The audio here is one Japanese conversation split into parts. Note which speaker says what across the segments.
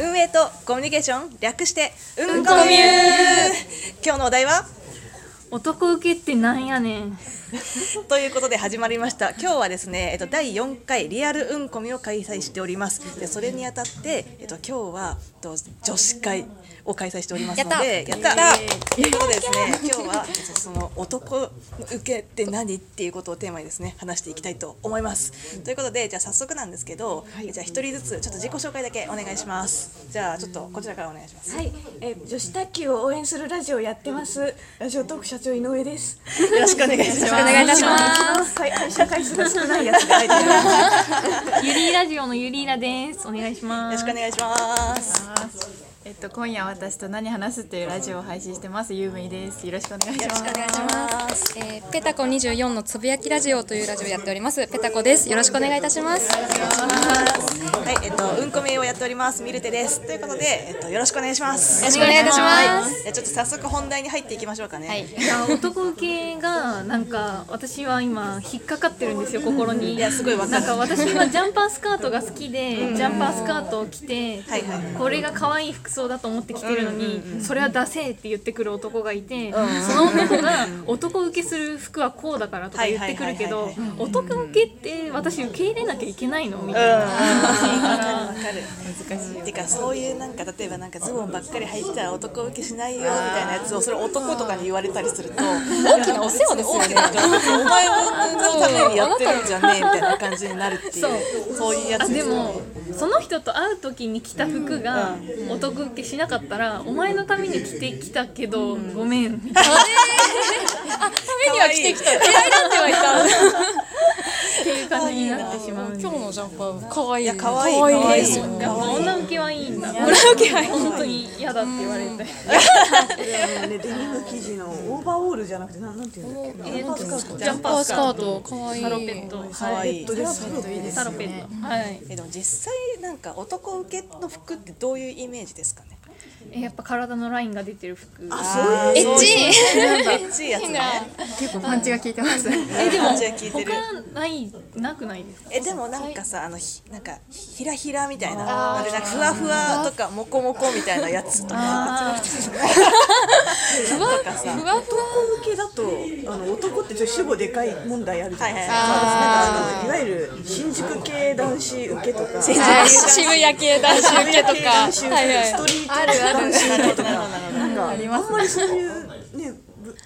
Speaker 1: 運営とコミュニケーション略してうんこ
Speaker 2: コミュー
Speaker 1: 今日のお題は
Speaker 2: 男受けってなんやねん
Speaker 1: ということで始まりました今日はですね、えっと、第4回リアルうんこみを開催しておりますでそれにあたって、えっと、今日は、えっと、女子会を開催しておりますのでやったということでですね今日は、えっと、その男の受けって何っていうことをテーマにですね話していきたいと思いますということでじゃあ早速なんですけど、じゃあ一人ずつちょっと自己紹介だけお願いしますじゃあちょっとこちらからお願いします
Speaker 3: はい、えー女子卓球を応援するラジオをやってます。ラジオトーク社長井上です。
Speaker 1: よろしくお願いします
Speaker 2: いいたします
Speaker 3: はい、配信回数が少ないやつが入ってます。
Speaker 2: ゆりーラジオのゆりーラですお願いし
Speaker 1: よ
Speaker 2: ま
Speaker 1: ろし
Speaker 2: す
Speaker 1: くお願いします。
Speaker 4: えっと今夜私と何話すっていうラジオを配信してますゆうみです。よろしくお願いし
Speaker 1: よ
Speaker 4: ま
Speaker 1: ろし
Speaker 4: す
Speaker 1: く。お願いします。
Speaker 5: えーペタコ24のつぶやきラジオというラジオをやっておりますペタコですよろしくお願いいたします
Speaker 1: はい、えっと、うんこ名をやっております。ミルテです。ということで、えっと、よろしくお願いします。よろ
Speaker 5: しくお願いいたします
Speaker 1: す。じゃあちょっと早速本題に入っていきましょうかね。
Speaker 5: はい
Speaker 2: いや男受けがなんか私は今引っかかってるんですよ心にい
Speaker 1: やすごいわかる
Speaker 2: なんか私今ジャンパースカートが好きでジャンパースカートを着て
Speaker 1: はいはい
Speaker 2: これが可愛い服装だと思って着てるのにそれはダセーって言ってくる男がいてその男が男受けする服はこうだからとか言ってくるけ
Speaker 1: は
Speaker 2: ど
Speaker 1: いはいは
Speaker 2: 男受けって私受け入れなきゃいけないのみたいな
Speaker 1: わかるわかる難しいてかそういうなんか例えばなんかズボンばっかり履いてたら男受けしないよみたいなやつをそれ男とかに言われたりすると大きなお世話で大きなお前のためにやってるんじゃねえみたいな感じになるっていうそういうや
Speaker 2: あ
Speaker 1: つ
Speaker 2: です
Speaker 1: よね
Speaker 2: もその人と会う時に着た服が男受けしなかったらお前のために着てきたけどごめんみたいなっ
Speaker 5: 目には来てきた嫌いなんてはいた
Speaker 2: ていう感じになってしまうんで
Speaker 5: 今日のジャンパー可愛い
Speaker 1: いや可愛い可
Speaker 5: 可愛
Speaker 1: 愛
Speaker 5: い
Speaker 1: い
Speaker 5: ですよ
Speaker 2: やっぱ女受けはいいんだ女
Speaker 5: 受けはいい
Speaker 2: 本当に嫌だって言われて
Speaker 3: ね、デニム生地のオーバーオールじゃなくて、なん、なんていうんだっけ。
Speaker 2: えーとジ
Speaker 5: ジ
Speaker 2: ャ
Speaker 5: ャ
Speaker 2: ン
Speaker 5: ン
Speaker 2: パ
Speaker 5: パ
Speaker 2: ー
Speaker 5: ー
Speaker 2: ス
Speaker 5: ス
Speaker 2: カ
Speaker 5: カ
Speaker 2: ー
Speaker 5: ー
Speaker 2: ト
Speaker 5: ト可愛い
Speaker 2: サロペット
Speaker 1: 可愛い
Speaker 3: ですよね。
Speaker 2: サロペットはい
Speaker 1: えでも実際なんか男受けの服ってどういうイメージですかね
Speaker 2: えやっぱ体のラインが出てる服
Speaker 1: そう
Speaker 5: エッチ
Speaker 1: なんだエッチいやつね
Speaker 4: 結構パンチが効いてます。
Speaker 1: えでも聞いてる
Speaker 2: 他ないなくないですか
Speaker 1: えでもなんかさあのひなんかひらひらみたいなあれなんかふわふわとかもこもこみたいなやつとか
Speaker 2: あ
Speaker 5: ふわ
Speaker 1: とかさ
Speaker 5: ふわふわ
Speaker 3: 男受けだと、あの男って女子語でかい問題あるじゃないですか。
Speaker 1: は
Speaker 3: なんかあのいわゆる新宿系男子受けとか。渋
Speaker 5: あー渋谷系男子受けとか
Speaker 3: 男子受
Speaker 5: は
Speaker 3: け
Speaker 5: い
Speaker 3: ス
Speaker 5: は
Speaker 3: ト
Speaker 5: い
Speaker 3: リート男子受けとか。なんか、あんまりそういう、ね、ぶ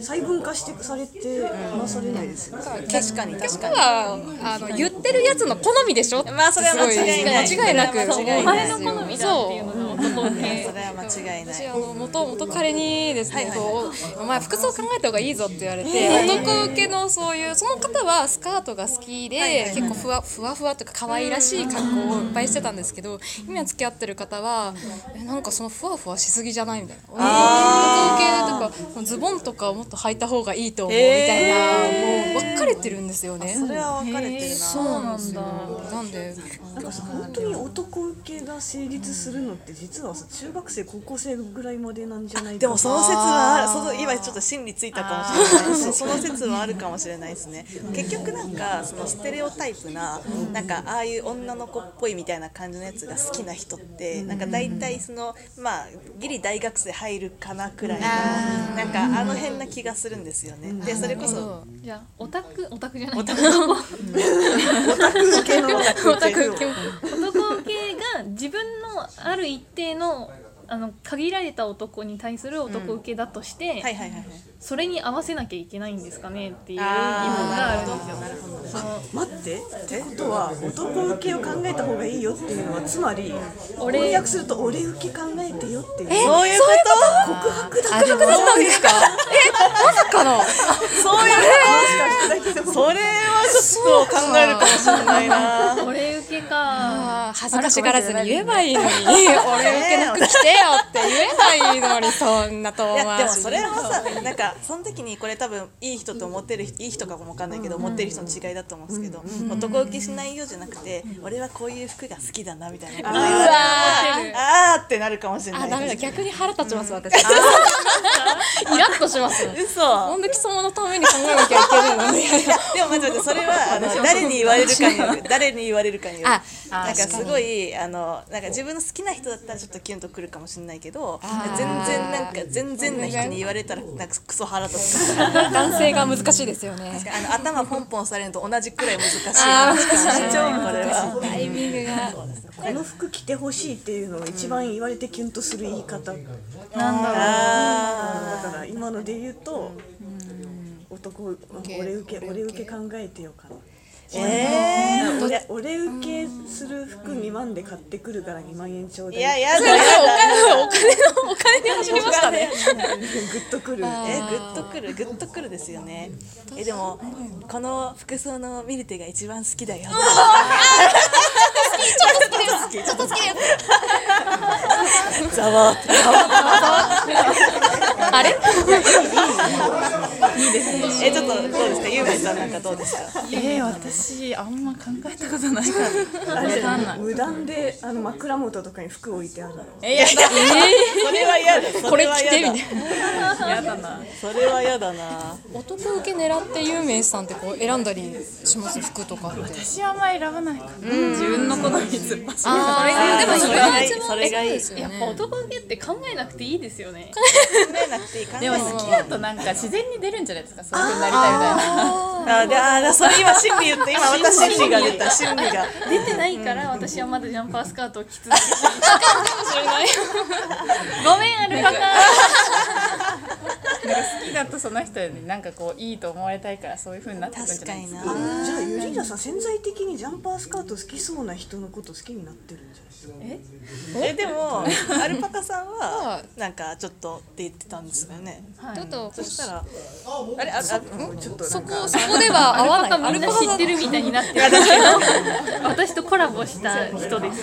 Speaker 3: 細分化してされて、なされないですよね。
Speaker 1: 確かに確
Speaker 5: 服
Speaker 1: かに
Speaker 5: はあの言ってるやつの好みでしょ
Speaker 1: まあそれは間違いない
Speaker 5: すご間違いなく
Speaker 1: それは間違
Speaker 2: お
Speaker 1: いない
Speaker 2: 前の好みだっていうのが男受け
Speaker 1: それは間違いな
Speaker 5: 私
Speaker 1: い
Speaker 5: あの元元彼にですね、
Speaker 1: はいはい
Speaker 5: おお前服装考えた方がいいぞって言われて、男受けのそういうその方はスカートが好きで、結構ふわふわふわというか可愛らしい格好をいっぱいしてたんですけど、今付き合ってる方は、えなんかそのふわふわしすぎじゃないみたいな男受けとかズボンとかをもっと履いた方がいいと思うみたいな、もう分かれてるんですよね。
Speaker 1: それは分かれてるな
Speaker 5: そうなんだなんで
Speaker 3: なんかさ本当に男受けが成立するのって実はさ中学生高校生ぐらいまでなんじゃないか
Speaker 1: でもその説はあるその今ちょっと心理ついたかもしれないそその説はあるかもしれないですね結局なんかそのステレオタイプななんかああいう女の子っぽいみたいな感じのやつが好きな人ってなんか大体そのまあギリ大学生入るかなくらいのなんかあの辺な気がするんですよねでそれこそ
Speaker 2: じゃあオタクオタクじゃない男
Speaker 3: 受けの
Speaker 5: オタク受け
Speaker 2: 男受けが自分のある一定のあの限られた男に対する男受けだとして、
Speaker 1: はいはいはいはい
Speaker 2: それに合わせなきゃいけないんですかねっていう疑問があ
Speaker 1: あー
Speaker 2: るんですよ。
Speaker 1: なるほど
Speaker 3: 待ってってことは男受けを考えた方がいいよっていうのはつまり
Speaker 2: 俺
Speaker 3: 翻訳すると俺受け考えてよっていう
Speaker 1: そういうこと
Speaker 3: 告白だ
Speaker 5: あでもなんですかえまさかの
Speaker 1: そういうことそれはちょっと考えるかもしれないな
Speaker 2: 俺受けか。
Speaker 5: あー恥ずかしがらずに言えばいいのに俺受けなく着てよって言えばいいのにそんな遠
Speaker 1: いやで
Speaker 5: 回
Speaker 1: も
Speaker 5: し
Speaker 1: それはさなんかその時にこれ多分いい人と思ってるいい人かもわかんないけど思ってる人の違いだと思うんですけど男受けしないようじゃなくて俺はこういう服が好きだなみたいなこと言われたらあーってなるかもしれない
Speaker 5: あダメだ逆に腹立ちます 私イラッとします
Speaker 1: 嘘
Speaker 5: なんで貴様のために考えなきゃいけないのみたいな
Speaker 1: でも待って待ってそれはあの誰に言われるかによる誰に言われるかによる
Speaker 5: あ
Speaker 1: なんかそすごいあのなんか自分の好きな人だったらちょっとキュンとくるかもしれないけど全然なんか全然な人に言われたらなんかクソ腹立つから
Speaker 5: 男性が難しいですよね
Speaker 1: あの頭ポンポンされるのと同じくらい難しい難しいこれは
Speaker 5: タイミングが
Speaker 3: この服着てほしいっていうのを一番言われてキュンとする言い方なんだろうだから今ので言うと男俺受け俺受け考えてよかな
Speaker 1: え
Speaker 3: 俺俺受けする服2万で買ってくるから2万円ちょうだ
Speaker 1: ー、い
Speaker 3: い
Speaker 1: やいやだやだ
Speaker 5: お金のお金に走りましたね
Speaker 3: グッとくる
Speaker 1: えグッとくるグッとくるですよねえでもこの服装のミルテが一番好きだよ
Speaker 5: ちょっと好きだよ
Speaker 1: ざわ
Speaker 5: あれ
Speaker 1: えちょっとどうですかゆうめいさんなんかどうですか
Speaker 4: えー、私あんま考えたことないから
Speaker 3: あれ無断であの枕元とかに服置いてあるの
Speaker 5: えやだ
Speaker 1: それは嫌だそ
Speaker 5: これ
Speaker 1: は
Speaker 5: 着
Speaker 1: 嫌
Speaker 5: てみ
Speaker 1: だ
Speaker 5: たいな
Speaker 1: それは嫌だな
Speaker 5: 男受け狙って有名さんってこう選んだりします服とかって
Speaker 4: 私あんま選ばないかな自分の好みずっぱし
Speaker 5: あ
Speaker 1: でもそれが一番
Speaker 5: ですよ
Speaker 2: やっぱ男受けって考えなくていいですよね。
Speaker 1: 考えなくていい考え
Speaker 4: で
Speaker 1: な
Speaker 4: も
Speaker 1: くていい
Speaker 4: 好きだとなんか自然に出るんじゃないですかそういうふうになりたいみたいな
Speaker 1: あであーそれ今心理言って今私心理が出た心理が
Speaker 2: 出てないから私はまだジャンパースカートを着続けて る。ごめんアルパ
Speaker 4: 好きだとその人になんかこういいと思われたいからそういうふうになってくんじゃ
Speaker 1: 確
Speaker 4: な
Speaker 1: か
Speaker 4: い
Speaker 1: に
Speaker 4: ですか
Speaker 1: な
Speaker 3: じゃあユリーナさん潜在的にジャンパースカート好きそうな人のこと好きになってるんじゃないですか
Speaker 1: えで もアルパカさんはなんかちょっとって言ってたんですよね
Speaker 5: ちょっと
Speaker 1: そしたらあれああ
Speaker 3: ちょっと
Speaker 5: そこそこでは合わ
Speaker 2: カ
Speaker 5: ない
Speaker 2: みんな知ってるみたいになってるんですけど、私とコラボした人です。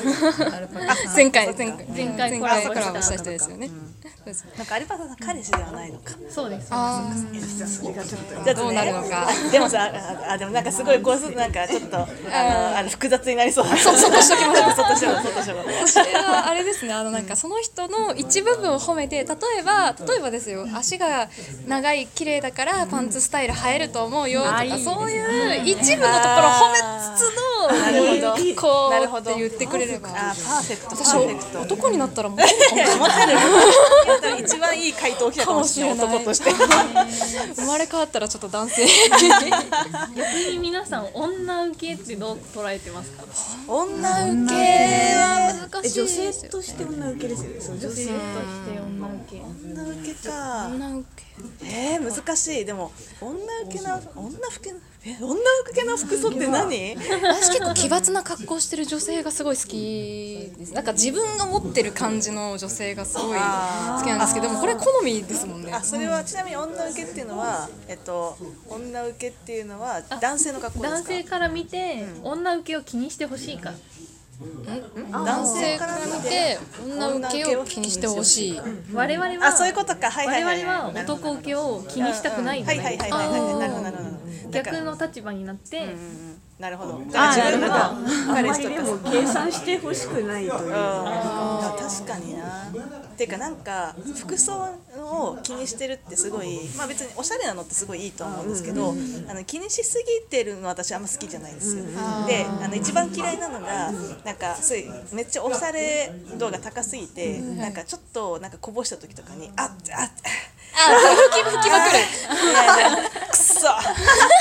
Speaker 5: 前回前回
Speaker 2: 前回
Speaker 5: 前
Speaker 2: コラボ
Speaker 5: 回
Speaker 2: した
Speaker 5: コラボした人ですよねそうです
Speaker 1: なんかアルパカさん彼氏ではないのか
Speaker 2: そうです。
Speaker 5: あー
Speaker 3: 実はそれがちょっと
Speaker 1: じゃあ
Speaker 5: どうなるのか
Speaker 1: あでもさああでもなんかすごいこうするとなんかちょっとあのあの複雑になりそう
Speaker 5: そそっとしときましょう
Speaker 1: そっとしようそっとしよう
Speaker 5: 私はあれですねあのなんかその人の一部分を褒めて例えば例えばですよ足が長い綺麗だからパンツスタイル映えると思うよと
Speaker 4: あいい
Speaker 5: か
Speaker 4: ですね
Speaker 5: そういう一部のところを褒めつつのこ
Speaker 1: なる
Speaker 5: う
Speaker 1: ほ
Speaker 5: っ
Speaker 1: ど
Speaker 5: て言ってくれれば
Speaker 1: あーパーフェクトパ
Speaker 5: 私
Speaker 1: ーフェクト
Speaker 5: 男になったらもう生
Speaker 1: わかるやったら一番いい回答来たかもしれない
Speaker 5: かもしれない
Speaker 1: 男として
Speaker 5: まれ変わったらちょっと男性
Speaker 2: 逆に皆さん女受けってどう捉えてますか。
Speaker 1: 女
Speaker 5: 受けは難
Speaker 3: え
Speaker 5: しい
Speaker 3: 女
Speaker 5: で
Speaker 3: 性
Speaker 5: すよ
Speaker 3: として女受けですよねそう女性
Speaker 2: して女受け。
Speaker 1: 女受けか
Speaker 5: 女受け
Speaker 1: えー、難しいでも女受けな女受けなえ女受けな服装って何
Speaker 5: 私結構奇抜な格好してる女性がすごい好きですなんか自分が持ってる感じの女性がすごい好きなんですけどでもこれ好みですもんね
Speaker 1: あそれはちなみに女受けっていうのはえっと女受けっていうのは男性の格好で
Speaker 2: 男
Speaker 1: すか
Speaker 2: 性から見て、女受けを気にしてほしいか。
Speaker 1: 男
Speaker 5: 男性から見て女受けを気にしてほしい
Speaker 2: 我々は
Speaker 1: あそういうことかはいはいはい
Speaker 2: 我々は男受けを気にしたくないじ
Speaker 1: は
Speaker 2: ゃ
Speaker 1: い
Speaker 2: な
Speaker 1: はいい
Speaker 2: で
Speaker 1: はい
Speaker 2: すか。
Speaker 1: はいはいなるほどなるほどだから
Speaker 2: 逆の立場になって、
Speaker 1: なるほどだから自分が
Speaker 3: あまりでも計算してほしくないという
Speaker 1: あ確かになていうかなんか服装を気にしてるってすごいまあ別におしゃれなのってすごいいいと思うんですけど、あの気にしすぎてるのは私あんま好きじゃないんですよ、であの一番嫌いなのがなんかすごいめっちゃおしゃれ度が高すぎて、なんかちょっとなんかこぼした時とかにあっあっ
Speaker 5: あ吹き吹きまくる
Speaker 1: くっそ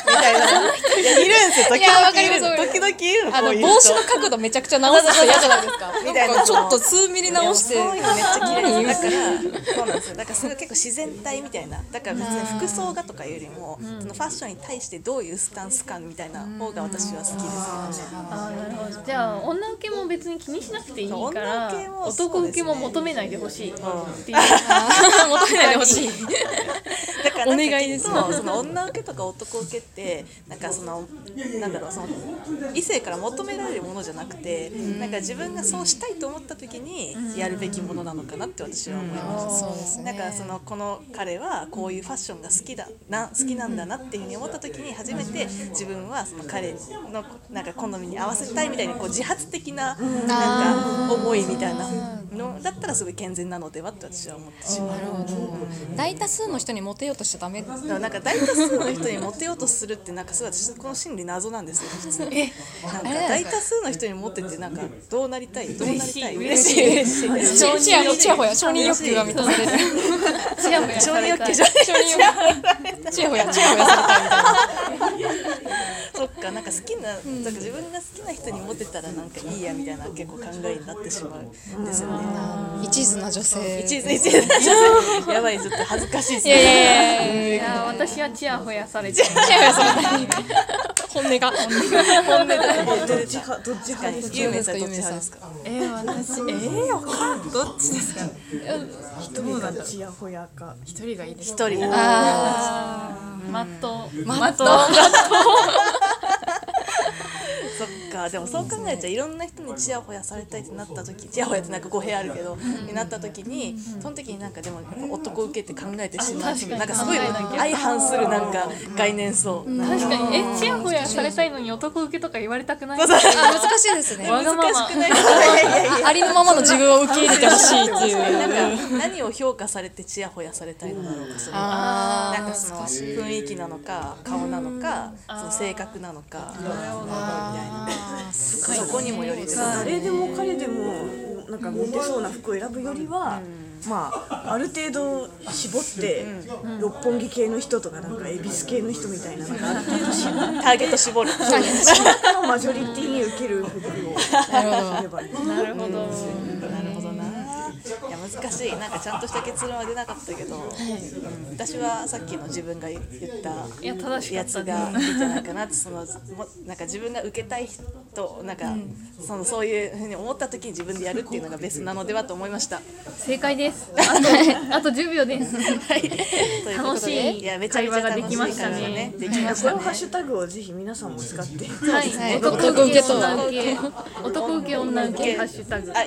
Speaker 1: みたいないやいるんですよ時
Speaker 5: いやわか
Speaker 1: 々
Speaker 5: り
Speaker 1: い
Speaker 5: ま
Speaker 1: る
Speaker 5: すわかります
Speaker 1: 時々いるの
Speaker 5: あ
Speaker 1: こ
Speaker 5: の
Speaker 1: ういう人
Speaker 5: 帽子の角度めちゃくちゃ直す人嫌じゃない ですか
Speaker 1: みたいな
Speaker 5: なんかちょっと数ミリ直して
Speaker 1: そういうのめっちゃ嫌いだからそうなんですよだからそれが結構自然体みたいなだから別に服装がとかよりも、そのファッションに対してどういうスタンス感みたいな方が私は好きですね、
Speaker 2: あーなるほどじゃあ女受けも別に気にしなくていい
Speaker 1: そう女
Speaker 2: から
Speaker 1: 受けも
Speaker 2: 男受けも求めないでほしいっていう
Speaker 5: 求めないでほしい
Speaker 1: だからなん
Speaker 5: お
Speaker 1: か
Speaker 5: 願い
Speaker 1: き
Speaker 5: で
Speaker 1: っ
Speaker 5: す
Speaker 1: とその女受けとか男受けってなんかそのなんだろうその異性から求められるものじゃなくてなんか自分がそうしたいと思った時にやるべきものなのかなって私は思います。
Speaker 5: そうです
Speaker 1: な
Speaker 5: ね
Speaker 1: んかそのこの彼はこういうファッションが好きだな好きなんだなっていうふうに思った時に初めて自分はその彼のなんか好みに合わせたいみたいにこう自発的ななんか思いみたいなのだったらすごい健全なのではって私は思ってしまう。
Speaker 5: なるほど大多数の人にモテようとしちゃダ メ
Speaker 1: だからなんか大多数の人にモテようとするってなんかすごい私この心理謎なんですよ普通になんか大多数の人にモテてなんかどうなりたいどうなりたい嬉しい嬉しい
Speaker 5: ちやちやちやほや承認欲求が満たされる
Speaker 2: ちやほや
Speaker 1: 承
Speaker 2: さ
Speaker 1: 認
Speaker 2: れ
Speaker 1: 欲
Speaker 2: た
Speaker 1: 求
Speaker 2: い
Speaker 1: じゃない
Speaker 5: 承認欲求ちやほやちやほやされたいみたいな
Speaker 1: そっかなんか好きな、なんか自分が好きな人にモテたらなんかいいやみたいな結構考えになってしまうんですよね。
Speaker 5: 一途な女性
Speaker 1: 一途一途やばいちょっと恥ずかしいです
Speaker 5: いやい
Speaker 1: ね。
Speaker 5: やいやいや
Speaker 2: いや私はチヤホヤされてる
Speaker 5: ちやほやされたい本音が
Speaker 1: 本音だ。
Speaker 3: えどっち派どっち派ですか
Speaker 1: ゆうめいさんどっち派ですか。
Speaker 4: えー、私えー、わかんどっちですかねどうなんだろう
Speaker 3: ちやほやか
Speaker 4: 一人がいいです
Speaker 1: 一人。
Speaker 2: マット
Speaker 5: マット
Speaker 1: そっかでもそう考えちゃいろんな人にチヤホヤされたいってなった時チヤホヤってなんか語弊あるけどになった時にその時になんかでもやっぱ男受けって考えてしまうなんかすごい相反するなんか概念そうなんか
Speaker 2: 確かにえチヤホヤされたいのに男受けとか言われたくない
Speaker 1: そうそう
Speaker 5: あ難しいですね
Speaker 2: わがまま
Speaker 1: 難しくないですか
Speaker 5: ありのままの自分を受け入れてほしいってい
Speaker 1: な
Speaker 5: う
Speaker 1: んか何を評価されてチヤホヤされたいのだろうかそれは
Speaker 5: あ
Speaker 1: なんかその雰囲気なのか顔なのかその性格なのかそこにもよりです
Speaker 3: 誰でも彼でもなんかモテそうな服を選ぶよりは、まあある程度絞って、六本木系の人とかなんか恵比寿系の人みたいななんかある程度絞って
Speaker 1: ターゲット絞る
Speaker 3: その中のマジョリティに受ける服を選べばいい。
Speaker 2: なるほど
Speaker 1: なるほどな。いや難しい。なんかちゃんとした結論は出なかったけど、うん私はさっきの自分が言った
Speaker 2: いや正しか
Speaker 1: や
Speaker 2: っ
Speaker 1: つ
Speaker 2: た
Speaker 1: がいいんじゃないかなってそのもなんか自分が受けたい人なんか、そのそういうふうに思った時に自分でやるっていうのがベストなのではと思いました。
Speaker 2: 正解ですあとあと10秒です
Speaker 1: ということ
Speaker 2: 楽し
Speaker 1: で
Speaker 2: い
Speaker 1: いやめちゃめちゃ楽しいから
Speaker 2: 会話ができました
Speaker 1: ね
Speaker 2: ね。
Speaker 1: できまし
Speaker 3: こ
Speaker 1: た
Speaker 3: のハッ
Speaker 1: ね。
Speaker 3: シュタグをぜひ皆さんも使って。
Speaker 2: はい
Speaker 5: い
Speaker 2: 男受け
Speaker 5: 男
Speaker 2: 女受け男受け女受けハッシュタグ
Speaker 1: あ